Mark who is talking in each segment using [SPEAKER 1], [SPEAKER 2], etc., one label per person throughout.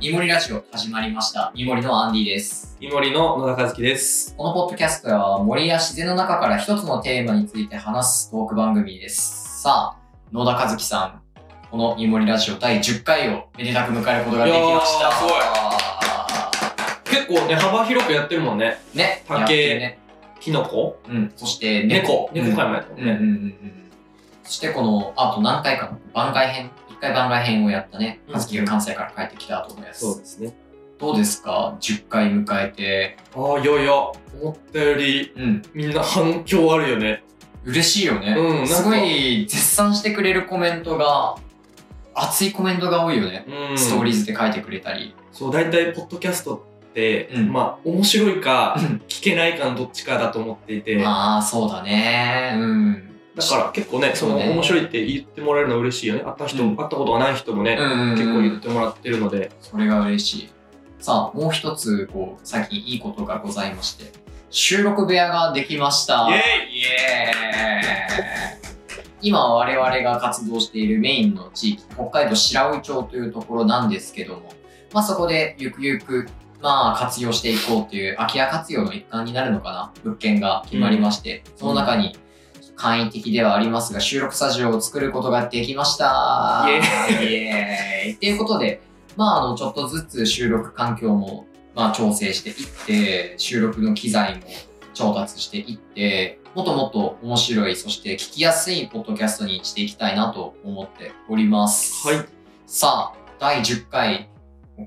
[SPEAKER 1] イモリラジオ始まりました。イモリのアンディです。
[SPEAKER 2] イモリの野田和樹です。
[SPEAKER 1] このポッドキャストは森や自然の中から一つのテーマについて話すトーク番組です。さあ、野田和樹さん、このイモリラジオ第10回をめでたく迎えることができました。
[SPEAKER 2] いやーす結構ね、幅広くやってるもんね。
[SPEAKER 1] ね、
[SPEAKER 2] 竹
[SPEAKER 1] やってるね。
[SPEAKER 2] キノコ
[SPEAKER 1] うん、そして
[SPEAKER 2] 猫
[SPEAKER 1] 猫。。
[SPEAKER 2] 猫
[SPEAKER 1] うん
[SPEAKER 2] 回もやったも
[SPEAKER 1] うんんうんうん
[SPEAKER 2] ね。
[SPEAKER 1] うん。そしてこの、あと何回かの番外編、一回番外編をやったね、
[SPEAKER 2] うん
[SPEAKER 1] 和樹が関西から帰ってきた後のやつ。
[SPEAKER 2] そうですね。
[SPEAKER 1] どうですか ?10 回迎えて。
[SPEAKER 2] ああ、いやいや、思ったより
[SPEAKER 1] うん。
[SPEAKER 2] みんな反響あるよね。
[SPEAKER 1] 嬉しいよね。
[SPEAKER 2] うんなんか
[SPEAKER 1] すごい絶賛してくれるコメントが、熱いコメントが多いよね。
[SPEAKER 2] うん。
[SPEAKER 1] ストーリーズで書いてくれたり。
[SPEAKER 2] そう、大体、ポッドキャストって、
[SPEAKER 1] うん
[SPEAKER 2] まあ、面白いか
[SPEAKER 1] うん、
[SPEAKER 2] 聞けないかのどっちかだと思っていて、だ
[SPEAKER 1] ああ、そうだね。うん。
[SPEAKER 2] から結構ね、その、
[SPEAKER 1] そうね
[SPEAKER 2] 面白いって言ってもらえるの嬉しいよね。会った人、
[SPEAKER 1] うん
[SPEAKER 2] 会ったことがない人もね、
[SPEAKER 1] うんうんうん、
[SPEAKER 2] 結構言ってもらってるので。
[SPEAKER 1] それが嬉しい。さあ、もう一つ、こう、最近いいことがございまして、収録部屋ができました。
[SPEAKER 2] イ
[SPEAKER 1] イエーイ今我々が活動しているメインの地域、北海道白老町というところなんですけども、まあそこでゆくゆく、まあ活用していこうという空き家活用の一環になるのかな、物件が決まりまして、その中に簡易的ではありますが収録スタジオを作ることができました。
[SPEAKER 2] イエ
[SPEAKER 1] イエーイということで、まああのちょっとずつ収録環境もまあ調整していって、収録の機材も調達していって、もっともっと面白い、そして聞きやすいポッドキャストにしていきたいなと思っております。
[SPEAKER 2] はい。
[SPEAKER 1] さあ、第10回。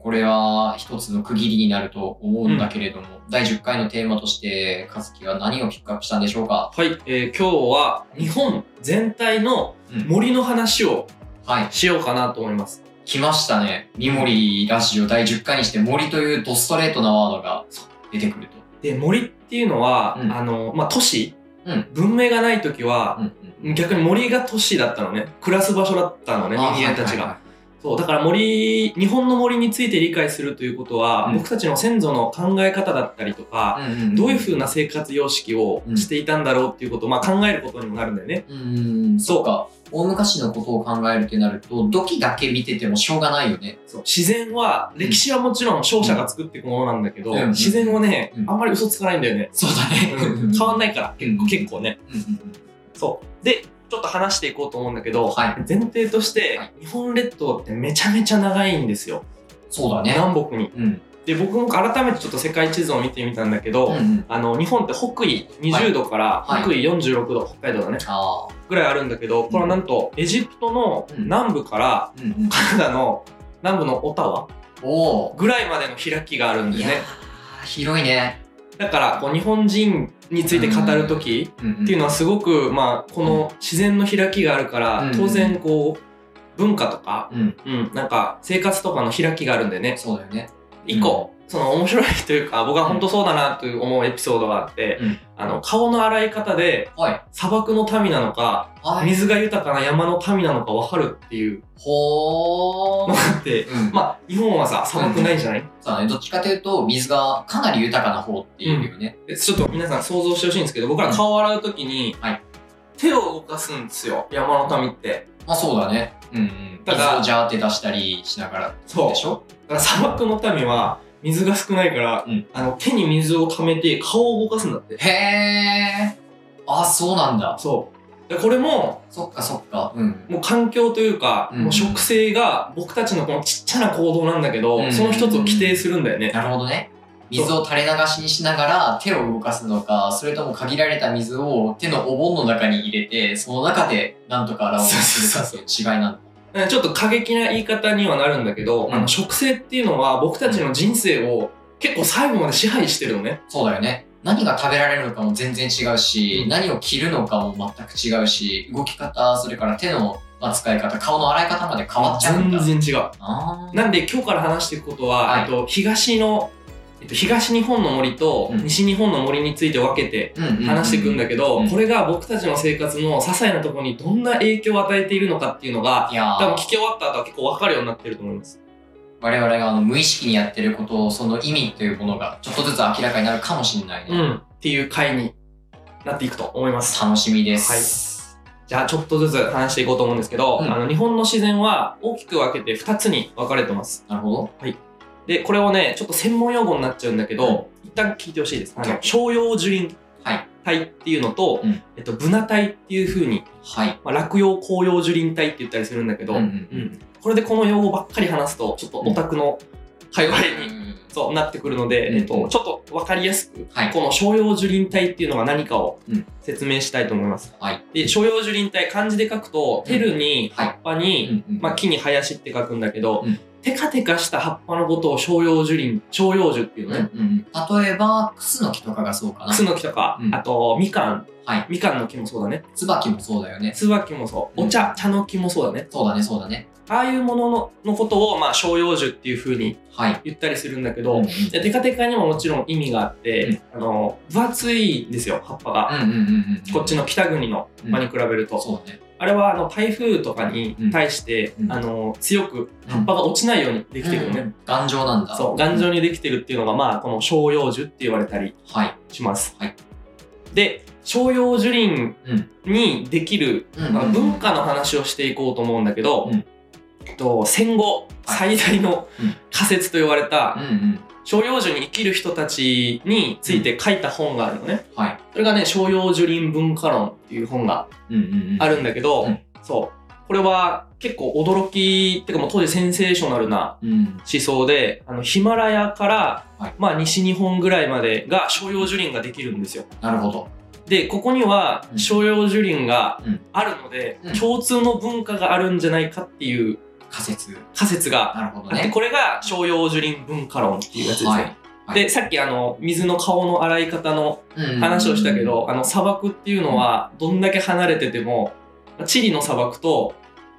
[SPEAKER 1] これは一つの区切りになると思うんだけれども、第10回のテーマとして、かずきは何をピックアップしたんでしょうか
[SPEAKER 2] はい、えー今日は日本全体の
[SPEAKER 1] うん
[SPEAKER 2] 森の話を
[SPEAKER 1] はい。
[SPEAKER 2] しようかなと思います。
[SPEAKER 1] 来ましたね。ミモリラジオ第10回にして、森というドストレートなワードが出てくると。
[SPEAKER 2] で、森っていうのは、
[SPEAKER 1] うん
[SPEAKER 2] あの、まあ、都市、
[SPEAKER 1] うん
[SPEAKER 2] 文明がない時
[SPEAKER 1] う
[SPEAKER 2] は、
[SPEAKER 1] んうん。
[SPEAKER 2] 逆に森が都市だったのね。暮らす場所だったのね、人
[SPEAKER 1] あ
[SPEAKER 2] 間たち
[SPEAKER 1] は
[SPEAKER 2] が。
[SPEAKER 1] いはいはい
[SPEAKER 2] そう、だから森、日本の森について理解するということは、
[SPEAKER 1] うん
[SPEAKER 2] 僕たちの先祖の考え方だったりとか、
[SPEAKER 1] うんうんん
[SPEAKER 2] どういうふうな生活様式をしていたんだろうっていうことを、まあ、考えることにもなるんだよね。
[SPEAKER 1] うーん、そうか。大昔のことを考えるってなると、土器だけ見ててもしょうがないよね。
[SPEAKER 2] そう自然は、歴史はもちろん勝者が作っていくものなんだけど、
[SPEAKER 1] うん
[SPEAKER 2] 自然はね、
[SPEAKER 1] うん
[SPEAKER 2] あんまり嘘つかないんだよね。
[SPEAKER 1] そうだね。
[SPEAKER 2] うん 変わんないいから、
[SPEAKER 1] うん
[SPEAKER 2] 結構ね。
[SPEAKER 1] うんうん
[SPEAKER 2] そう。で、ちょっと話していこうと思うんだけ
[SPEAKER 1] うん
[SPEAKER 2] ど、
[SPEAKER 1] はい。
[SPEAKER 2] 前提として
[SPEAKER 1] はい、
[SPEAKER 2] 日本列島ってめちゃめちゃ長いんですよ。
[SPEAKER 1] そうだね。
[SPEAKER 2] 南北に。
[SPEAKER 1] うん。
[SPEAKER 2] で、僕も改めてちょっと世界地図を見てみたんだけ
[SPEAKER 1] うん
[SPEAKER 2] ど
[SPEAKER 1] う、ん。
[SPEAKER 2] あの、日本って北緯20度から
[SPEAKER 1] はい
[SPEAKER 2] 北緯46度、北海道だね、
[SPEAKER 1] ああ。
[SPEAKER 2] ぐらいあるんだけど、これはなんと、エジプトの
[SPEAKER 1] うん
[SPEAKER 2] 南部から
[SPEAKER 1] うんうん。
[SPEAKER 2] カナダの南部のオタワ
[SPEAKER 1] おお。
[SPEAKER 2] ぐらいまでの開きがあるんだ
[SPEAKER 1] い
[SPEAKER 2] よ
[SPEAKER 1] や
[SPEAKER 2] ね。
[SPEAKER 1] ー、広いね。
[SPEAKER 2] だから、こう、日本人について語るとき、
[SPEAKER 1] っ
[SPEAKER 2] っていうのはすごく、まあ、この自然の開きがあるから、
[SPEAKER 1] うん
[SPEAKER 2] 当然こう文化とか、
[SPEAKER 1] うん。
[SPEAKER 2] うん、なんか生活とかの開きがあるんでね
[SPEAKER 1] そうだよね。
[SPEAKER 2] 一個、その面白いというか僕は本当そうだなと思うエピソードがあって、
[SPEAKER 1] うん
[SPEAKER 2] あの顔の洗い方で
[SPEAKER 1] はい。
[SPEAKER 2] 砂漠の民なのか
[SPEAKER 1] はい。
[SPEAKER 2] 水が豊かな山の民なのか分かるっていう
[SPEAKER 1] ほ
[SPEAKER 2] の
[SPEAKER 1] ー
[SPEAKER 2] が。あって、
[SPEAKER 1] うん。ま
[SPEAKER 2] まあ日本はさ砂漠ないじゃない、
[SPEAKER 1] あ、ね、どっちかというと、水がかなり豊かな方っていうよね。
[SPEAKER 2] でちょっと皆さん想像してほしいんですけど僕ら顔を洗う時に、
[SPEAKER 1] はい
[SPEAKER 2] 手を動かすんですよ山の民って。
[SPEAKER 1] まあ、そうだね。うんうん。
[SPEAKER 2] だ
[SPEAKER 1] 水
[SPEAKER 2] から
[SPEAKER 1] をジャーって出したりしながら。
[SPEAKER 2] そう
[SPEAKER 1] でしょ
[SPEAKER 2] だから砂漠の民は水が少ないから、
[SPEAKER 1] うん
[SPEAKER 2] あの手に水を溜めて顔を動かすんだって
[SPEAKER 1] へえ。あ、そうなんだ。
[SPEAKER 2] そうでこれも
[SPEAKER 1] そっかそっか。うん。
[SPEAKER 2] もう環境というか、
[SPEAKER 1] うん
[SPEAKER 2] もう植生が僕たちのこのちっちゃな行動なんだけど、
[SPEAKER 1] うん
[SPEAKER 2] その一つを規定するんだよね、
[SPEAKER 1] なるほどね。水を垂れ流しにしながら手を動かすのか、それとも限られた水を手のお盆の中に入れて、その中でなんとか洗おうとするかっていう違いなんだ。
[SPEAKER 2] うんちょっと過激な言い方にはなるんだけど、
[SPEAKER 1] うん
[SPEAKER 2] あの植生っていうのは僕たちの人生を結構最後まで支配してるのね
[SPEAKER 1] そうだよね。何が食べられるのかも全然違うし、
[SPEAKER 2] うん
[SPEAKER 1] 何を着るのかも全く違うし、動き方、それから手のまあ使い方、顔の洗い方まで変わっちゃうんだ。
[SPEAKER 2] 全然違う
[SPEAKER 1] あー
[SPEAKER 2] なんで今日から話していくことは、
[SPEAKER 1] はい
[SPEAKER 2] えっと、東の、えっと、東日本の森と
[SPEAKER 1] うん
[SPEAKER 2] 西日本の森について分けて
[SPEAKER 1] うんうんうん
[SPEAKER 2] 話していくんだけど、
[SPEAKER 1] うん
[SPEAKER 2] これが僕たちの生活の些細なところにどんな影響を与えているのかっていうのが
[SPEAKER 1] いやー
[SPEAKER 2] 多分聞き終わった後は結構分かるようになってると思います。
[SPEAKER 1] 我々があの無意識にやってることを、その意味というものがちょっとずつ明らかになるかもしれないね。
[SPEAKER 2] うん、っていう回になっていくと思います。
[SPEAKER 1] 楽しみです。
[SPEAKER 2] じゃあちょっとずつ話していこうと思うんですけど、
[SPEAKER 1] うん
[SPEAKER 2] あの日本の自然は大きく分けて2つに分かれてます。
[SPEAKER 1] なるほど。
[SPEAKER 2] で、これをね、ちょっと専門用語になっちゃうんだけど、一旦聞いてほしいです。あの、商用樹林
[SPEAKER 1] はい
[SPEAKER 2] 体っていうのと、
[SPEAKER 1] うん
[SPEAKER 2] えっと、ブナ体っていうふうに、
[SPEAKER 1] はい。
[SPEAKER 2] まあ、落葉紅葉樹林体って言ったりするんだけど、
[SPEAKER 1] うんうん
[SPEAKER 2] うんこれでこの用語ばっかり話すと、ちょっとオタクの界隈に、そうなってくるので、
[SPEAKER 1] うん
[SPEAKER 2] えっと、ちょっと分かりやすく、
[SPEAKER 1] はい
[SPEAKER 2] この商用樹林体っていうのが何かを
[SPEAKER 1] うん
[SPEAKER 2] 説明したいと思います。
[SPEAKER 1] はい
[SPEAKER 2] で商用樹林体漢字で書くと、テルに
[SPEAKER 1] はい
[SPEAKER 2] 葉っぱに、まあ、木に林って書くんだけど、
[SPEAKER 1] うん
[SPEAKER 2] テカテカした葉っぱのことを商用樹林商用樹っていう
[SPEAKER 1] うん
[SPEAKER 2] の
[SPEAKER 1] うん
[SPEAKER 2] ね、
[SPEAKER 1] うん、例えば、クスの木とかがそうかな。
[SPEAKER 2] クスノキとか、
[SPEAKER 1] うん
[SPEAKER 2] あとみかん
[SPEAKER 1] はい。
[SPEAKER 2] みかんの木もそうだね
[SPEAKER 1] 椿もそうだよね。
[SPEAKER 2] ツバキもそう
[SPEAKER 1] うん
[SPEAKER 2] お茶茶の木もそうだね
[SPEAKER 1] そうだね、そうだね。
[SPEAKER 2] ああいうものののことを、まあ、商用樹っていうふうに
[SPEAKER 1] はい。
[SPEAKER 2] 言ったりするんだけ
[SPEAKER 1] うん
[SPEAKER 2] ど、
[SPEAKER 1] うん
[SPEAKER 2] でテカテカにももちろん意味があって、あの分厚いんですよ葉っぱが、
[SPEAKER 1] うんうんうんうん。
[SPEAKER 2] こっちの北国の
[SPEAKER 1] うん
[SPEAKER 2] 場に比べると、
[SPEAKER 1] そうね。
[SPEAKER 2] あれはあの台風とかに対して、
[SPEAKER 1] うん
[SPEAKER 2] あの強く葉っぱが落ちないようにできてるよね、
[SPEAKER 1] うん。頑丈なんだ。
[SPEAKER 2] そう頑丈にできてるっていうのが、まあ、この照葉樹って言われたり
[SPEAKER 1] はい。
[SPEAKER 2] します、
[SPEAKER 1] はい
[SPEAKER 2] で照葉樹林にできる、
[SPEAKER 1] うんうん
[SPEAKER 2] まあ文化の話をしていこうと思うんだけど、
[SPEAKER 1] うん
[SPEAKER 2] えっと、戦後
[SPEAKER 1] はい
[SPEAKER 2] 最大の
[SPEAKER 1] うん
[SPEAKER 2] 仮説と言われた
[SPEAKER 1] うんうん。
[SPEAKER 2] 照葉樹に生きる人たちについて書いた本があるのね。
[SPEAKER 1] はい。
[SPEAKER 2] それがね、照葉樹林文化論っていう本が
[SPEAKER 1] うんうんうん。
[SPEAKER 2] あるんだけど、
[SPEAKER 1] うん
[SPEAKER 2] そう。これは結構驚き、ってかもう当時センセーショナルな
[SPEAKER 1] うん。
[SPEAKER 2] 思想で、あの、ヒマラヤから、
[SPEAKER 1] はい
[SPEAKER 2] まあ西日本ぐらいまでが照葉樹林ができるんですよ。
[SPEAKER 1] なるほど。
[SPEAKER 2] で、ここには
[SPEAKER 1] うん
[SPEAKER 2] 照葉樹林が
[SPEAKER 1] うん
[SPEAKER 2] あるので、
[SPEAKER 1] うん
[SPEAKER 2] 共通の文化があるんじゃないかっていう
[SPEAKER 1] 仮説。
[SPEAKER 2] 仮説が
[SPEAKER 1] なるほど
[SPEAKER 2] あって、
[SPEAKER 1] ね。
[SPEAKER 2] これが照葉樹林文化論っていうやつですね。
[SPEAKER 1] はいはい
[SPEAKER 2] で、さっきあの、水の顔の洗い方の話をしたけど、あの、砂漠っていうのは、どんだけ離れてても、チリの砂漠と、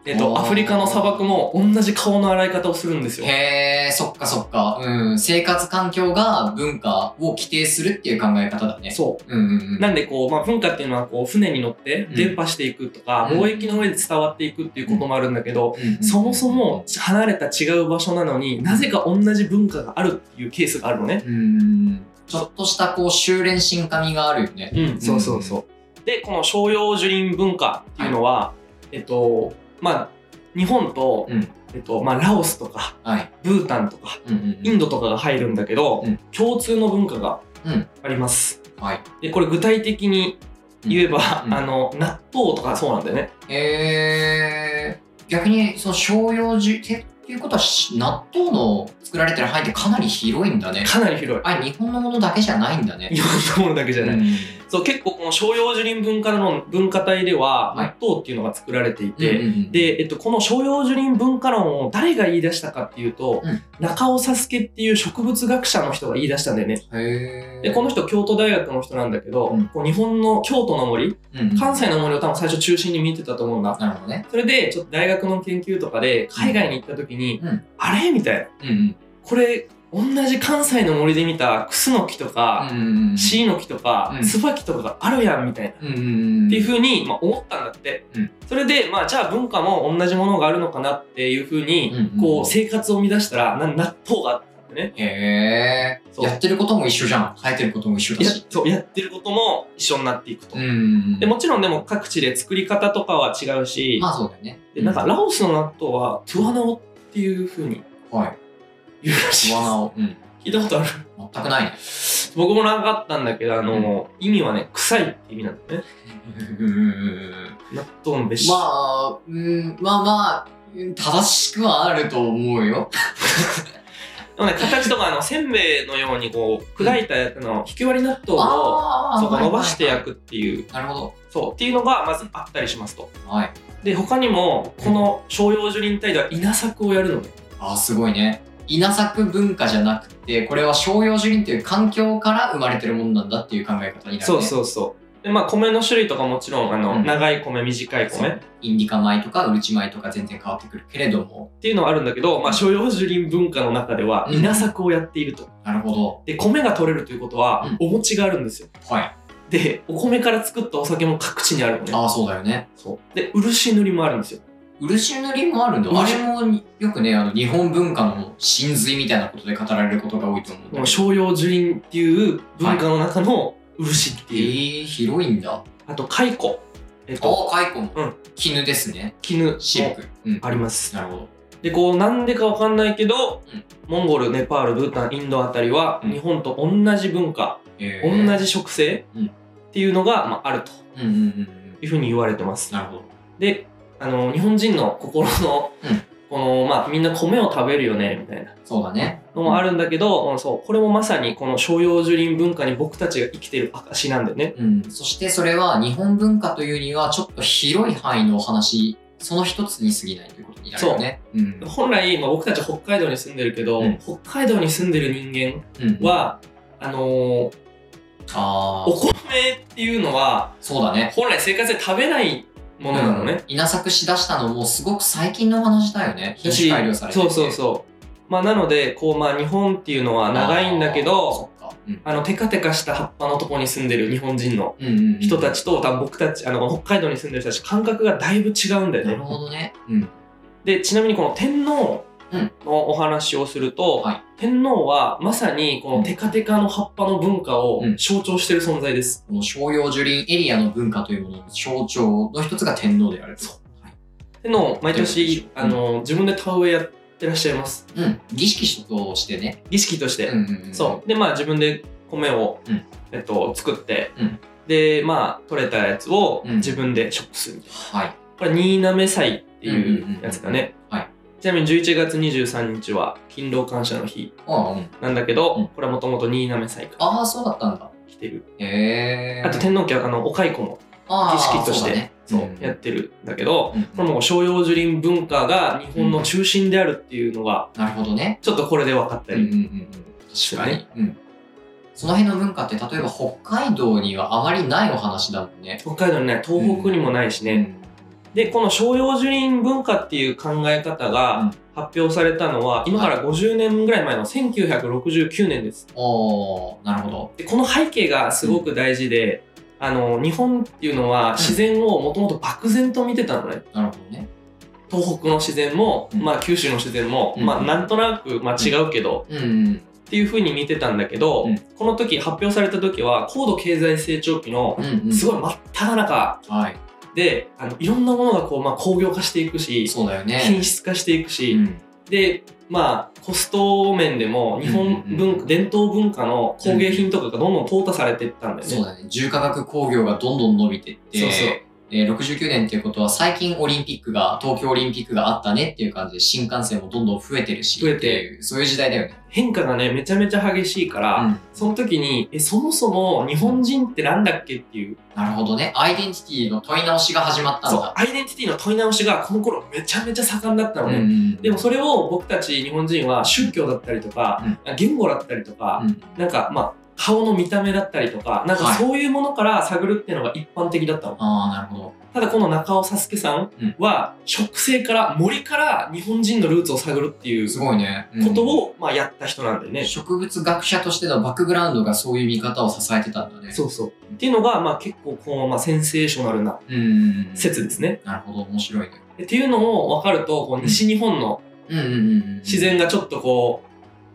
[SPEAKER 2] えっ
[SPEAKER 1] お
[SPEAKER 2] と、
[SPEAKER 1] ー
[SPEAKER 2] アフリカの砂漠も同じ顔の洗い方をするんですよ。
[SPEAKER 1] へえ、そっかそっか。うん。生活環境が文化を規定するっていう考え方だね。
[SPEAKER 2] そ
[SPEAKER 1] うんうんう
[SPEAKER 2] う。
[SPEAKER 1] ん。
[SPEAKER 2] なんでこう、まあ、文化っていうのはこう、船に乗って
[SPEAKER 1] うん
[SPEAKER 2] 伝播していくとか、
[SPEAKER 1] うん
[SPEAKER 2] 貿易の上で伝わっていくっていうこともあるんだけど、
[SPEAKER 1] うんうんうん
[SPEAKER 2] そもそも、離れた違う場所なのになぜか同じ文化があるっていうケースがあるのね。
[SPEAKER 1] うん。ちょっとしたこう修練進化味があるよね。
[SPEAKER 2] うん、そうそうそう。で、この商用樹林文化っていうのは、えっと、まあ、日本と、
[SPEAKER 1] うん
[SPEAKER 2] えっと、まあ、ラオスとか、
[SPEAKER 1] はい。
[SPEAKER 2] ブータンとか、
[SPEAKER 1] うんうんうん
[SPEAKER 2] インドとかが入るんだけど、
[SPEAKER 1] うん
[SPEAKER 2] 共通の文化が
[SPEAKER 1] うん
[SPEAKER 2] あります。
[SPEAKER 1] はい。
[SPEAKER 2] で、これ具体的に言えば、
[SPEAKER 1] うん
[SPEAKER 2] あの、納豆とかそうなんだよね。
[SPEAKER 1] えー、逆にその商用樹てっていうことはし納豆の作られてる範囲ってかなり広いんだね。
[SPEAKER 2] かなり広い。
[SPEAKER 1] あ日本のものだけじゃないんだね。
[SPEAKER 2] いろんなものだけじゃない。
[SPEAKER 1] うん
[SPEAKER 2] そう、結構この商用樹林文化論、文化体では、
[SPEAKER 1] はい
[SPEAKER 2] 納豆っていうのが作られてい
[SPEAKER 1] うん
[SPEAKER 2] て、
[SPEAKER 1] うんうん、
[SPEAKER 2] で、えっと、この商用樹林文化論を誰が言い出したかっていうと、
[SPEAKER 1] うん
[SPEAKER 2] 中尾佐助っていう植物学者の人が言い出したんだよね。
[SPEAKER 1] へー
[SPEAKER 2] で、この人、京都大学の人なんだけど、
[SPEAKER 1] うん
[SPEAKER 2] こう日本の京都の森、
[SPEAKER 1] うんうん
[SPEAKER 2] 関西の森を多分最初中心に見てたと思うんだ。
[SPEAKER 1] なるほどね。
[SPEAKER 2] それで、ちょっと大学の研究とかで、海外に行った時に、
[SPEAKER 1] うん
[SPEAKER 2] あれみたいな。
[SPEAKER 1] うんうん
[SPEAKER 2] これ、同じ関西の森で見たクスノキとか、
[SPEAKER 1] うんうんうん。
[SPEAKER 2] シイノキとか
[SPEAKER 1] う、ん
[SPEAKER 2] ツバキとかがあるやん、みたいな。
[SPEAKER 1] うんうんん。
[SPEAKER 2] っていうふうに、まあ、思ったんだって、
[SPEAKER 1] うん
[SPEAKER 2] それで、まあ、じゃあ文化も同じものがあるのかなっていうふうに、
[SPEAKER 1] うんうん
[SPEAKER 2] こう生活を生み出したらな納豆があったんだね
[SPEAKER 1] へえ。
[SPEAKER 2] そう
[SPEAKER 1] やってることも一緒じゃん。生えてることも一緒だ
[SPEAKER 2] や
[SPEAKER 1] し。
[SPEAKER 2] そうやってることも一緒になっていくと、
[SPEAKER 1] うんうん。
[SPEAKER 2] でもちろんでも各地で作り方とかは違うし、
[SPEAKER 1] まあそうだよね。
[SPEAKER 2] でなんかラオスの納豆はトゥアナオっていうふうに
[SPEAKER 1] うん、はい。
[SPEAKER 2] 言うらしい
[SPEAKER 1] 不安を。うん。
[SPEAKER 2] 聞いたことある
[SPEAKER 1] 全くない ね。
[SPEAKER 2] 僕もなかったんだけどあの、意味はね臭いって意味なんだね
[SPEAKER 1] うんうんうんうん。
[SPEAKER 2] 納豆の別
[SPEAKER 1] ま
[SPEAKER 2] 種、
[SPEAKER 1] あ、うん、まあまあ、うん正しくはあると思うよ。
[SPEAKER 2] でもね形とかあ のせんべいのようにこう砕いたやつのひき割り納豆を
[SPEAKER 1] あ
[SPEAKER 2] そう伸ばして焼
[SPEAKER 1] く。
[SPEAKER 2] くっていう、
[SPEAKER 1] なるほ
[SPEAKER 2] そう、っていうのがまずあったりしますと。
[SPEAKER 1] ど。はい。
[SPEAKER 2] で、他にも、この商用樹林隊では稲作をやるのね。
[SPEAKER 1] ああ、すごいね。稲作文化じゃなくて、これは商用樹林という環境から生まれてるものなんだっていう考え方になる、ね。
[SPEAKER 2] そう
[SPEAKER 1] う。
[SPEAKER 2] そうそう。で、まあ、米の種類とかもちろん、あの、
[SPEAKER 1] うん
[SPEAKER 2] 長い米、短い米っ
[SPEAKER 1] インディカ米とかウルチ米とか全然変わってくるけれども。
[SPEAKER 2] ていうのはあるんだけど、まあ、商用樹林文化の中では
[SPEAKER 1] うん
[SPEAKER 2] 稲作をやっていると。
[SPEAKER 1] なるほ
[SPEAKER 2] で、米が取れるということは
[SPEAKER 1] うん、
[SPEAKER 2] お餅があるんですよ。
[SPEAKER 1] ど。はい。
[SPEAKER 2] で、お米から作ったお酒も各地にあるのね。
[SPEAKER 1] ああ、そうだよね。
[SPEAKER 2] そう。で、漆塗りもあるんですよ。
[SPEAKER 1] 漆塗りもあるんだ。あ
[SPEAKER 2] 漆
[SPEAKER 1] れもによくね、あの、日本文化の真髄みたいなことで語られることが多いと思うんだけ
[SPEAKER 2] も
[SPEAKER 1] ど
[SPEAKER 2] う商用樹林っていう文化の中の漆っ
[SPEAKER 1] え
[SPEAKER 2] てい
[SPEAKER 1] ー、
[SPEAKER 2] う。
[SPEAKER 1] 広いんだ。
[SPEAKER 2] あと、蚕。えっと、
[SPEAKER 1] おー、蚕も。
[SPEAKER 2] うん
[SPEAKER 1] 絹ですね。
[SPEAKER 2] 絹も
[SPEAKER 1] シルク。うん
[SPEAKER 2] あります。
[SPEAKER 1] なるほど。
[SPEAKER 2] でこうなんでかわかんないけど、
[SPEAKER 1] うん
[SPEAKER 2] モンゴルネパールブータンインドあたりは
[SPEAKER 1] うん
[SPEAKER 2] 日本と同じ文化、同じ植生
[SPEAKER 1] うん
[SPEAKER 2] っていうのが、まあ、あると
[SPEAKER 1] うんうんうんうん
[SPEAKER 2] いうふうに言われてます。
[SPEAKER 1] なるほど
[SPEAKER 2] であの日本人の心の、
[SPEAKER 1] うん
[SPEAKER 2] このまあ、みんな米を食べるよねみたいな
[SPEAKER 1] そうだね
[SPEAKER 2] のもあるんだけど、うんそうこれもまさにこの商用樹林文化に僕たちが生きてる証なんだよね。
[SPEAKER 1] うん、そしてそれは日本文化というにはちょっと広い範囲のお話その一つに過ぎないということになるよね。うん
[SPEAKER 2] 本来、まあ、僕たち北海道に住んでるけど、
[SPEAKER 1] うん
[SPEAKER 2] 北海道に住んでる人
[SPEAKER 1] うん
[SPEAKER 2] 間は、あのー
[SPEAKER 1] あ
[SPEAKER 2] お
[SPEAKER 1] あ
[SPEAKER 2] 米っていうのは
[SPEAKER 1] そうだね。
[SPEAKER 2] 本来生活で食べないものなのね。
[SPEAKER 1] うん稲作しだしたのもすごく最近のお話だよね。品種
[SPEAKER 2] だし
[SPEAKER 1] 改良されて
[SPEAKER 2] そうそうそう。まあ、なのでこう、まあ、日本っていうのは長いんだけ
[SPEAKER 1] あーそ
[SPEAKER 2] ど
[SPEAKER 1] っかうん
[SPEAKER 2] あのテカテカした葉っぱのとこに住んでる日本人の
[SPEAKER 1] うんうんうん
[SPEAKER 2] 人たちと、多分僕たちあの北海道に住んでる人たち感覚がだいぶ違うんだよ
[SPEAKER 1] な
[SPEAKER 2] ね
[SPEAKER 1] る。ほどね。うん
[SPEAKER 2] でちなみにこの天皇
[SPEAKER 1] うん
[SPEAKER 2] のお話をすると、
[SPEAKER 1] はい
[SPEAKER 2] 天皇はまさにこのテカテカの葉っぱの文化を
[SPEAKER 1] うん
[SPEAKER 2] 象徴してる存在です。
[SPEAKER 1] この商用樹林エリアの文化というものの象徴の一つが天皇であると。
[SPEAKER 2] 天皇毎年、
[SPEAKER 1] うん
[SPEAKER 2] あの自分で田植えやってらっしゃいます
[SPEAKER 1] うん、儀式としてね。
[SPEAKER 2] 儀式として。
[SPEAKER 1] うんうんうん
[SPEAKER 2] そうでまあ自分で米を、
[SPEAKER 1] うん
[SPEAKER 2] えっと、作って、
[SPEAKER 1] うん
[SPEAKER 2] でまあ取れたやつを
[SPEAKER 1] うん
[SPEAKER 2] 自分で食するみたい
[SPEAKER 1] はい。
[SPEAKER 2] なこれ新滑祭っ
[SPEAKER 1] ん
[SPEAKER 2] て
[SPEAKER 1] うん
[SPEAKER 2] い
[SPEAKER 1] うん
[SPEAKER 2] うやつだね、
[SPEAKER 1] はい
[SPEAKER 2] ちなみに11月23日は勤労感謝の日
[SPEAKER 1] あーうん
[SPEAKER 2] なんだけど、
[SPEAKER 1] うん
[SPEAKER 2] これはもともと新滑祭から
[SPEAKER 1] あー、そうだったんだ。
[SPEAKER 2] 来てる
[SPEAKER 1] へえ。
[SPEAKER 2] あと天皇家はあのお蚕も
[SPEAKER 1] あー
[SPEAKER 2] 儀式とし
[SPEAKER 1] そうだ
[SPEAKER 2] て
[SPEAKER 1] ね
[SPEAKER 2] そう、
[SPEAKER 1] うん
[SPEAKER 2] やってるんだけど、
[SPEAKER 1] うん
[SPEAKER 2] これもう商用樹林文化が日本の中心であるっていうのが
[SPEAKER 1] なるほどね。
[SPEAKER 2] ちょっとこれで分かった
[SPEAKER 1] うん
[SPEAKER 2] り、
[SPEAKER 1] うんうんうん。確かに。うん。その辺の文化って、例えば北海道にはあまりないお話だもんね。
[SPEAKER 2] 北海道にない東北にもないしね、
[SPEAKER 1] うん。
[SPEAKER 2] でこの商用樹林文化っていう考え方
[SPEAKER 1] うん
[SPEAKER 2] が発表されたのは今から50年ぐらい前の1969年です
[SPEAKER 1] おー、なるほど。
[SPEAKER 2] でこの背景がすごく大事で、あの日本っていうのは自然をもともと漠然と見てたのね
[SPEAKER 1] なるほどね。
[SPEAKER 2] 東北の自然も、
[SPEAKER 1] うん
[SPEAKER 2] まあ、九州の自然も、
[SPEAKER 1] うん
[SPEAKER 2] まあ、なんとなく、まあ、違うけど、
[SPEAKER 1] うんうん。
[SPEAKER 2] っていうふうに見てたんだけど、
[SPEAKER 1] うん
[SPEAKER 2] この時発表された時は高度経済成長期の
[SPEAKER 1] うんうん。
[SPEAKER 2] すごい真っ只中
[SPEAKER 1] はい。
[SPEAKER 2] であのいろんなものがこう、まあ、工業化していくし
[SPEAKER 1] そうだよ
[SPEAKER 2] 品
[SPEAKER 1] ね。
[SPEAKER 2] 質化していくし、
[SPEAKER 1] うん
[SPEAKER 2] でまあコスト面でも日本文化、
[SPEAKER 1] うんうんう
[SPEAKER 2] 伝統文化の工芸品とかがどんどん淘汰されていったんだよね。
[SPEAKER 1] そうだね。重化学工業がどんどん伸びてって。
[SPEAKER 2] そうそう
[SPEAKER 1] えー69年っていうことは最近オリンピックが東京オリンピックがあったねっていう感じで新幹線もどんどん増えてるし
[SPEAKER 2] 増えて
[SPEAKER 1] っていうそういう時代だよね。
[SPEAKER 2] 変化がねめちゃめちゃ激しいから、
[SPEAKER 1] うん
[SPEAKER 2] その時にえそもそも日本人ってなんだっけっていう
[SPEAKER 1] なるほどね。アイデンティティの問い直しが始まったん
[SPEAKER 2] そう
[SPEAKER 1] だ。
[SPEAKER 2] アイデンティティの問い直しがこの頃めちゃめちゃ盛んだったのね。
[SPEAKER 1] ん
[SPEAKER 2] でもそれを僕たち日本人は宗教だったりとか、言語だったりとか、
[SPEAKER 1] うん
[SPEAKER 2] なんかまあ顔の見た目だったりとかなんか
[SPEAKER 1] はい
[SPEAKER 2] そういうものから探るっていうのが一般的だったの。
[SPEAKER 1] ああ、なるほど。
[SPEAKER 2] ただこの中尾サスケさんは植生から森から日本人のルーツを探るっていう
[SPEAKER 1] す
[SPEAKER 2] こ
[SPEAKER 1] ごいね。うん
[SPEAKER 2] とをまあやった人なんだよね。
[SPEAKER 1] 植物学者としてのバックグラウンドがそういう見方を支えてたんだね。
[SPEAKER 2] そうそう。っていうのがまあ結構こうまあセンセーショナルな
[SPEAKER 1] うんうんうん。
[SPEAKER 2] 説ですね。
[SPEAKER 1] なるほど、面白いね。
[SPEAKER 2] っていうのも分かるとこう西日本の
[SPEAKER 1] うんうんうんうん。
[SPEAKER 2] 自然がちょっとこう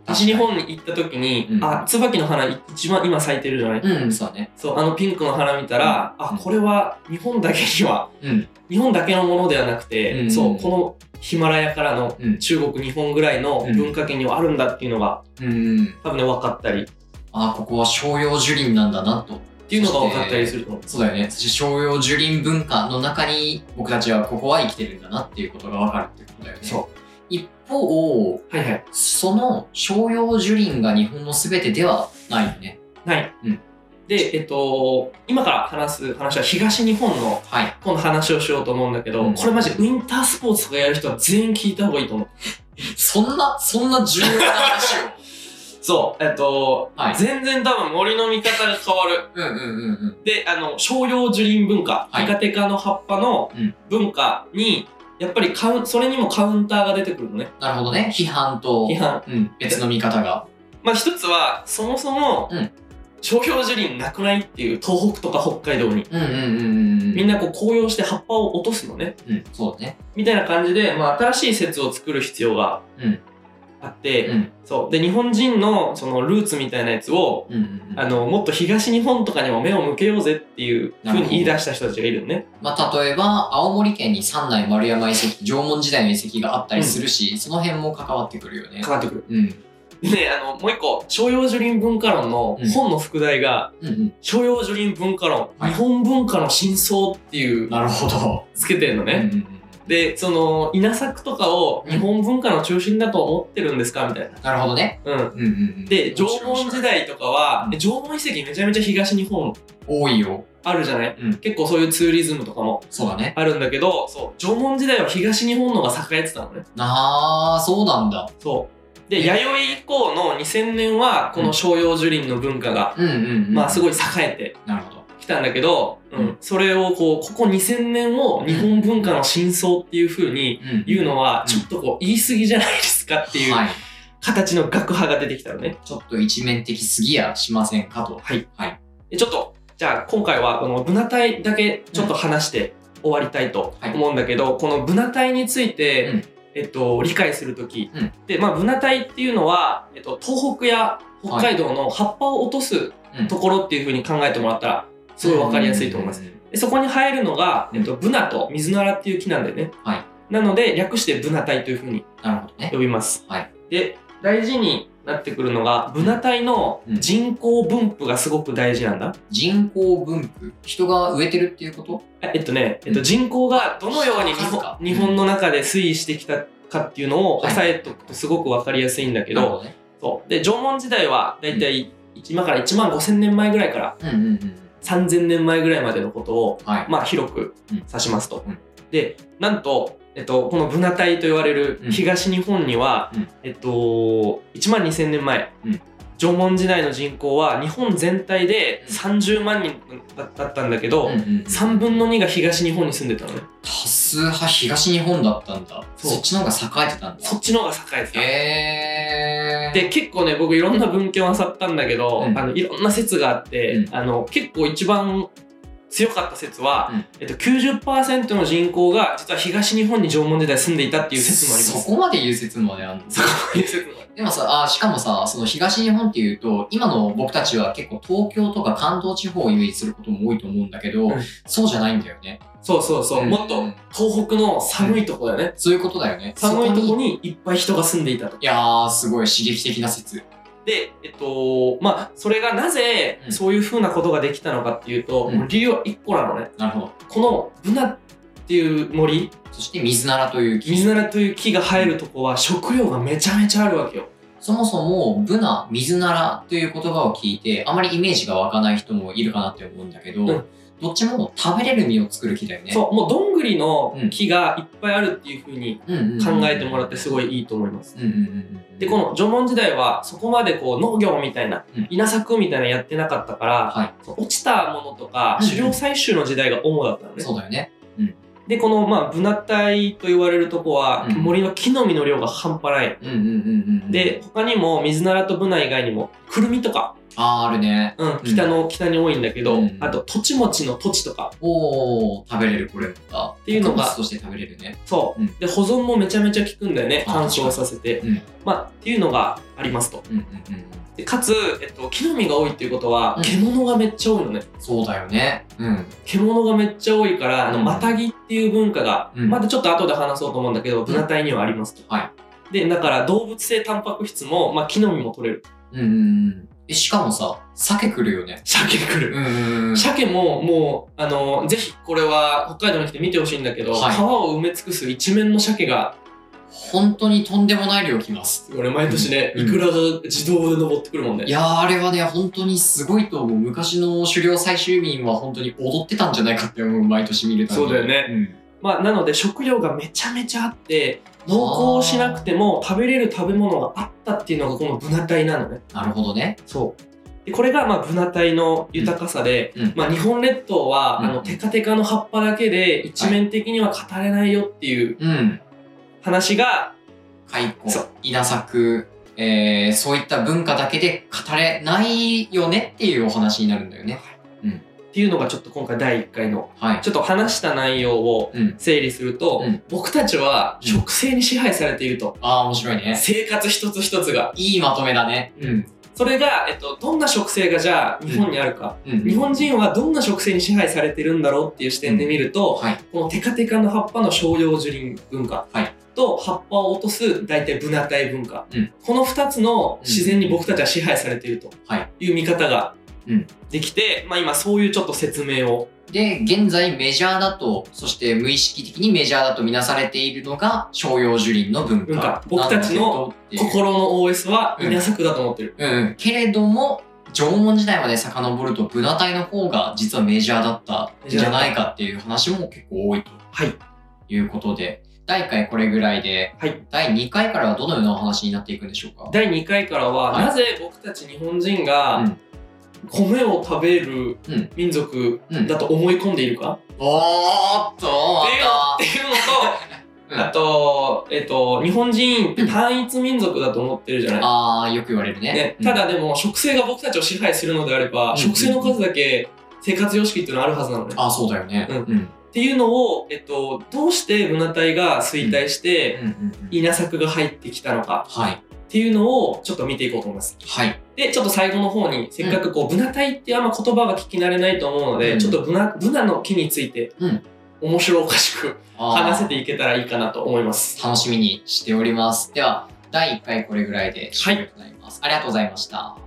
[SPEAKER 2] 西日
[SPEAKER 1] 確か
[SPEAKER 2] 本に行った時に、
[SPEAKER 1] うん
[SPEAKER 2] あ椿の花一番今咲いてるじゃない、
[SPEAKER 1] に。うん、そうだね。
[SPEAKER 2] そうあのピンクの花見たら、
[SPEAKER 1] うん
[SPEAKER 2] あこれは日本だけには
[SPEAKER 1] うん。
[SPEAKER 2] 日本だけのものではなくて、
[SPEAKER 1] うん
[SPEAKER 2] そうこのヒマラヤからの
[SPEAKER 1] うん。
[SPEAKER 2] 中国日本ぐらいの文化圏にはあるんだっていうのが
[SPEAKER 1] うんうん。
[SPEAKER 2] 多分ね分かったりっ
[SPEAKER 1] ああ、ここは商用樹林なんだなと。
[SPEAKER 2] ていうのが分かったりすると思う
[SPEAKER 1] そうだよね。そして商用樹林文化の中に僕たちはここは生きてるんだなっていうことがわかるってことだよね。
[SPEAKER 2] そ
[SPEAKER 1] 一方、
[SPEAKER 2] うはいはい
[SPEAKER 1] その商用樹林が日本の全てではないよね。
[SPEAKER 2] はい、
[SPEAKER 1] うん
[SPEAKER 2] でえっと今から話す話は東日本の
[SPEAKER 1] はい。
[SPEAKER 2] 今度話をしようと思うんだけど、
[SPEAKER 1] うん
[SPEAKER 2] これマジウィンタースポーツとかやる人は全員聞いた方がいいと思う
[SPEAKER 1] そんな、そんな重要な話を。
[SPEAKER 2] そうえっと、
[SPEAKER 1] はい
[SPEAKER 2] 全然多分森の見方が変わる
[SPEAKER 1] うんうんうんうん。
[SPEAKER 2] であの商用樹林文化、
[SPEAKER 1] はい
[SPEAKER 2] テカテカの葉っぱの
[SPEAKER 1] うん
[SPEAKER 2] 文化に、やっぱりカウンそれにもカウンターが出てくるのね
[SPEAKER 1] なるほどね。批判と、
[SPEAKER 2] 批判
[SPEAKER 1] うん、別の見方が。
[SPEAKER 2] まあ一つはそもそも
[SPEAKER 1] うん
[SPEAKER 2] 商標樹林なくないっていう東北とか北海道に
[SPEAKER 1] うんうんうんうんうん。
[SPEAKER 2] みんなこう紅葉して葉っぱを落とすのね
[SPEAKER 1] うん、そうだね。
[SPEAKER 2] みたいな感じで、まあ、新しい説を作る必要が
[SPEAKER 1] うん
[SPEAKER 2] あって、
[SPEAKER 1] うん
[SPEAKER 2] そうで日本人のそのルーツみたいなやつを
[SPEAKER 1] うんうんうん
[SPEAKER 2] あのもっと東日本とかにも目を向けようぜっていうふう
[SPEAKER 1] なるほ
[SPEAKER 2] に
[SPEAKER 1] ど
[SPEAKER 2] 言い出した人たちがいるのね。
[SPEAKER 1] まあ、例えば青森県に三内丸山遺跡縄文時代の遺跡があったりするし、その辺も関わってくるよね
[SPEAKER 2] か。かってくる。
[SPEAKER 1] うん
[SPEAKER 2] でねあのもう一個「商用樹林文化論」の
[SPEAKER 1] うん
[SPEAKER 2] 本の副題が
[SPEAKER 1] うんうん
[SPEAKER 2] 「商用樹林文化論、
[SPEAKER 1] はい
[SPEAKER 2] 日本文化の真相」っていう
[SPEAKER 1] なるほど。
[SPEAKER 2] つけてんのね。
[SPEAKER 1] うんうんうん
[SPEAKER 2] でその稲作とかを日本文化の中心だと思ってるんですかみたいな。
[SPEAKER 1] なるほどね。
[SPEAKER 2] うん、
[SPEAKER 1] うんうんうん、
[SPEAKER 2] で縄文時代とかは
[SPEAKER 1] うん
[SPEAKER 2] え縄文遺跡めちゃめちゃ東日本
[SPEAKER 1] 多いよ。
[SPEAKER 2] あるじゃない、
[SPEAKER 1] うん
[SPEAKER 2] 結構そういうツーリズムとかも
[SPEAKER 1] そうだね。
[SPEAKER 2] あるんだけどそう縄文時代は東日本の方が栄えてたのね。
[SPEAKER 1] あー、そうなんだ。
[SPEAKER 2] そうで弥生以降の2000年はこの商用樹林の文化が、
[SPEAKER 1] うんうん、うん。
[SPEAKER 2] まあすご
[SPEAKER 1] い。
[SPEAKER 2] い栄えて
[SPEAKER 1] なるほど。
[SPEAKER 2] きたんだけど、うん
[SPEAKER 1] うん
[SPEAKER 2] それをこうここ2000年を日本文化の真相っていう風に
[SPEAKER 1] うん
[SPEAKER 2] 言うのは
[SPEAKER 1] ん
[SPEAKER 2] ちょっとこう言い過ぎじゃないですかっていう
[SPEAKER 1] はい。
[SPEAKER 2] 形の学派が出てきたのね。
[SPEAKER 1] ちょっと一面的すぎやしませんかと。
[SPEAKER 2] はい。
[SPEAKER 1] はい。
[SPEAKER 2] でちょっと、じゃあ今回はこのブナ体だけちょっと話して終わりたいと
[SPEAKER 1] はい
[SPEAKER 2] 思うんだけど、このブナ体について、
[SPEAKER 1] うん
[SPEAKER 2] えっと、理解するとき、
[SPEAKER 1] うん
[SPEAKER 2] で、まあ、ブナ体っていうのは、えっと、東北や北海道の葉っぱを落とす
[SPEAKER 1] うん
[SPEAKER 2] ところっていうふうに考えてもらったら、すごいわかりやすいと思います。
[SPEAKER 1] うんうんうん。
[SPEAKER 2] でそこに生えるのが、
[SPEAKER 1] うん
[SPEAKER 2] えっと、ブナとミズナラっていう木なんだよね。
[SPEAKER 1] はい
[SPEAKER 2] なので、略してブナ体というふうに
[SPEAKER 1] なるほどね。
[SPEAKER 2] 呼びます。
[SPEAKER 1] はい
[SPEAKER 2] で大事になってくるのがブナ体の
[SPEAKER 1] うん
[SPEAKER 2] 人口分布がすごく大事なんだ。
[SPEAKER 1] 人口分布。人が植えてるっていうこと
[SPEAKER 2] ええっとね、えっ
[SPEAKER 1] う
[SPEAKER 2] と、
[SPEAKER 1] ん
[SPEAKER 2] 人口がどのように日
[SPEAKER 1] 数
[SPEAKER 2] 本
[SPEAKER 1] か
[SPEAKER 2] 日本の中で推移してきたかっていうのを
[SPEAKER 1] はい
[SPEAKER 2] 押さえとくとすごく分かりやすいんだけ
[SPEAKER 1] なる
[SPEAKER 2] ど、
[SPEAKER 1] ほどね。
[SPEAKER 2] そうで縄文時代はだいたい今から1万5,000年前ぐらいから
[SPEAKER 1] うんうんうん。
[SPEAKER 2] 3,000年前ぐらいまでのことを、
[SPEAKER 1] はい。
[SPEAKER 2] まあ、広く
[SPEAKER 1] うん
[SPEAKER 2] 指しますと。
[SPEAKER 1] うん
[SPEAKER 2] でなんと、えっと、このブナ体と言われる
[SPEAKER 1] うん
[SPEAKER 2] 東日本には、
[SPEAKER 1] うん
[SPEAKER 2] えっと、1万2,000年前、
[SPEAKER 1] うん
[SPEAKER 2] 縄文時代の人口は日本全体で30万人だだったんだけ
[SPEAKER 1] う
[SPEAKER 2] ど、
[SPEAKER 1] んうん
[SPEAKER 2] 3分の2が東日本に住んでたのね。
[SPEAKER 1] 多数派東日本だったんだ。
[SPEAKER 2] そう
[SPEAKER 1] そっちの方が栄えてたんだ。
[SPEAKER 2] そっちの方が栄えてた。
[SPEAKER 1] えー。
[SPEAKER 2] で結構ね僕いろんな文献を漁ったんだけど、
[SPEAKER 1] うん
[SPEAKER 2] あのいろんな説があって、
[SPEAKER 1] うん
[SPEAKER 2] あの結構一番強かった説は、
[SPEAKER 1] うん
[SPEAKER 2] えっと、90%の人口が実は東日本に縄文時代住んでいたっていう説もあります。
[SPEAKER 1] そこまで言う説もね、あんの
[SPEAKER 2] そこまで説もある
[SPEAKER 1] でもさ、あしかもさ、その東日本っていうと、今の僕たちは結構東京とか関東地方をイメージすることも多いと思うんだけど、
[SPEAKER 2] うん
[SPEAKER 1] そうじゃないんだよね。
[SPEAKER 2] そうそうそう、
[SPEAKER 1] うん
[SPEAKER 2] もっと東北の寒いとこだよね、
[SPEAKER 1] そういうことだよね。
[SPEAKER 2] 寒いと
[SPEAKER 1] そ
[SPEAKER 2] こ
[SPEAKER 1] に。
[SPEAKER 2] にいっぱい人が住んでいたと
[SPEAKER 1] いやー、すごい刺激的な説。
[SPEAKER 2] でえっとまあそれがなぜ
[SPEAKER 1] うん
[SPEAKER 2] そういうふうなことができたのかっていうと、
[SPEAKER 1] うん
[SPEAKER 2] 理由は1個なのね
[SPEAKER 1] なるほど。
[SPEAKER 2] このブナっていう森
[SPEAKER 1] そして水ならという木
[SPEAKER 2] 水ならという木が生えるとこは食料がめちゃめちゃあるわけよ。
[SPEAKER 1] そもそも、ブナ、水ならという言葉を聞いて、あまりイメージが湧かない人もいるかなって思うんだけど、
[SPEAKER 2] うん
[SPEAKER 1] どっちも食べれる実を作る木だよね。
[SPEAKER 2] そう、もうどんぐりの木がいっぱいあるっていうふうに
[SPEAKER 1] うんうんうん。
[SPEAKER 2] 考えてもらってすごいいいと思います。
[SPEAKER 1] うんうんうんうん。
[SPEAKER 2] で、この縄文時代はそこまでこう農業みたいな
[SPEAKER 1] うん、
[SPEAKER 2] 稲作みたいなのやってなかったから、
[SPEAKER 1] はい
[SPEAKER 2] そう落ちたものとか
[SPEAKER 1] うん
[SPEAKER 2] 狩猟採集の時代が主だったのね。
[SPEAKER 1] そうだよね。
[SPEAKER 2] で、このまあ、ブナ帯と言われるとこは
[SPEAKER 1] うん
[SPEAKER 2] 森の木の実の量が半端ない。
[SPEAKER 1] うんうんうんうん。
[SPEAKER 2] で、、他にも水ならとブナ以外にもくるみとか、
[SPEAKER 1] あー、あるね。
[SPEAKER 2] うん、北の、北に多いんだけど、
[SPEAKER 1] うん
[SPEAKER 2] あと土地持ちの土地とか、
[SPEAKER 1] おー、食べれるこれだ。って
[SPEAKER 2] いうのが
[SPEAKER 1] 物として食べれるね。
[SPEAKER 2] そう、
[SPEAKER 1] うん
[SPEAKER 2] で保存もめちゃめちゃ効くんだよね
[SPEAKER 1] あ
[SPEAKER 2] 乾燥させて、
[SPEAKER 1] うん
[SPEAKER 2] まあっていうのがありますと
[SPEAKER 1] うんうんうん。
[SPEAKER 2] でかつ、えっと、木の実が多いっていうことは、
[SPEAKER 1] うん
[SPEAKER 2] 獣がめっちゃ多いのね
[SPEAKER 1] そうだよね。うん。
[SPEAKER 2] 獣がめっちゃ多いからあの
[SPEAKER 1] うん
[SPEAKER 2] またぎっていう文化が、
[SPEAKER 1] うん
[SPEAKER 2] またちょっと後で話そうと思うんだけどブナ体にはありますと、
[SPEAKER 1] はい
[SPEAKER 2] でだから動物性タンパク質も、まあ、木の実も取れる
[SPEAKER 1] うんうんうん。え、しかもさ、鮭来るよね。
[SPEAKER 2] 鮭来
[SPEAKER 1] うん
[SPEAKER 2] る、
[SPEAKER 1] うんうん。
[SPEAKER 2] 鮭ももうあのぜひこれは北海道の人見てほしいんだけど、
[SPEAKER 1] はい
[SPEAKER 2] 川を埋め尽くす一面の鮭が
[SPEAKER 1] 本当にとんでもない量来ます。
[SPEAKER 2] 俺毎年ね、
[SPEAKER 1] うん
[SPEAKER 2] いくらが自動で登ってくるもんね
[SPEAKER 1] いやー、あれはね、本当にすごいと思う。昔の狩猟採集民は本当に踊ってたんじゃないかって思う、毎年見るたびに
[SPEAKER 2] そうだよね。
[SPEAKER 1] うん。
[SPEAKER 2] まあ、なので食料がめちゃめちゃあって農耕をしなくても食べれる食べ物があったっていうのがこのブナ体なのね
[SPEAKER 1] なるほどね。
[SPEAKER 2] そうでこれがまあブナ体の豊かさで、
[SPEAKER 1] うん。
[SPEAKER 2] まあ、日本列島は
[SPEAKER 1] うん
[SPEAKER 2] あのテカテカの葉っぱだけで一面的には語れないよっていう
[SPEAKER 1] うん。
[SPEAKER 2] 話が
[SPEAKER 1] 開口
[SPEAKER 2] そう、
[SPEAKER 1] 稲作、えー、そういった文化だけで語れないよねっていうお話になるんだよね。
[SPEAKER 2] っていうのがちょっと今回第1回の
[SPEAKER 1] はい。
[SPEAKER 2] ちょっと話した内容を
[SPEAKER 1] うん。
[SPEAKER 2] 整理すると、
[SPEAKER 1] うん
[SPEAKER 2] 僕たちは
[SPEAKER 1] うん
[SPEAKER 2] 植生に支配されていると、
[SPEAKER 1] ああ、面白いね。
[SPEAKER 2] 生活一つ一つが
[SPEAKER 1] いいまとめだね。うん。
[SPEAKER 2] それが、えっと、どんな植生がじゃあ日本にあるか、
[SPEAKER 1] うん。
[SPEAKER 2] 日本人はどんな植生に支配されてるんだろうっていう視点で見ると、
[SPEAKER 1] はい。
[SPEAKER 2] このテカテカの葉っぱの商用樹林文化
[SPEAKER 1] はい
[SPEAKER 2] と葉っぱを落とす大体ブナ体文化、
[SPEAKER 1] うん
[SPEAKER 2] この2つの自然に僕たちは支配されていると
[SPEAKER 1] はい
[SPEAKER 2] いう見方が
[SPEAKER 1] うん
[SPEAKER 2] できて、まあ、今そういうちょっと説明を
[SPEAKER 1] で、現在メジャーだと、そして無意識的にメジャーだとみなされているのが、商用樹林の文化
[SPEAKER 2] 文化
[SPEAKER 1] なんだけど。
[SPEAKER 2] 僕たちの
[SPEAKER 1] っていう
[SPEAKER 2] 心の OS は稲作だと思ってる、
[SPEAKER 1] うん、けれども縄文時代まで遡るとブナ隊の方が実はメジャーだったんじゃないかっていう話も結構多いと
[SPEAKER 2] はい
[SPEAKER 1] いうことで第1回これぐらいで、
[SPEAKER 2] はい
[SPEAKER 1] 第2回からはどのようなお話になっていくんでしょうか
[SPEAKER 2] 第2回からは、
[SPEAKER 1] はい
[SPEAKER 2] なぜ僕たち日本人
[SPEAKER 1] う
[SPEAKER 2] が
[SPEAKER 1] ん
[SPEAKER 2] 米を食べる
[SPEAKER 1] うん
[SPEAKER 2] 民族
[SPEAKER 1] うん
[SPEAKER 2] だと思い込んでいるか、
[SPEAKER 1] おーっと
[SPEAKER 2] って
[SPEAKER 1] う
[SPEAKER 2] いうのと、
[SPEAKER 1] ん
[SPEAKER 2] あと、えっと、日本人って単一民族だと思ってるじゃない
[SPEAKER 1] ああよく言われるね
[SPEAKER 2] ね
[SPEAKER 1] う、ん
[SPEAKER 2] ただでも植生が僕たちを支配するのであれば、
[SPEAKER 1] うん
[SPEAKER 2] 植生の数だけ生活様式っていうのはあるはずなのね。
[SPEAKER 1] あーそうだよね
[SPEAKER 2] うん
[SPEAKER 1] うんうん
[SPEAKER 2] っていうのを、えっと、どうしてブナ体が衰退し
[SPEAKER 1] う
[SPEAKER 2] て
[SPEAKER 1] んうん
[SPEAKER 2] 稲作が入ってきたのか
[SPEAKER 1] はい
[SPEAKER 2] っていうのをちょっと見ていこうと思います。
[SPEAKER 1] はい
[SPEAKER 2] で、ちょっと最後の方にせっかくこう、ブナ体ってあんま言葉が聞き慣れないと思うので、
[SPEAKER 1] うん
[SPEAKER 2] ちょっとブナブナの木について、
[SPEAKER 1] うん
[SPEAKER 2] 面白おかしく
[SPEAKER 1] あー
[SPEAKER 2] 話せていけたらいいかなと思います。
[SPEAKER 1] 楽しみにしておりますでは第1回これぐらいで終了となります、ありがとうございました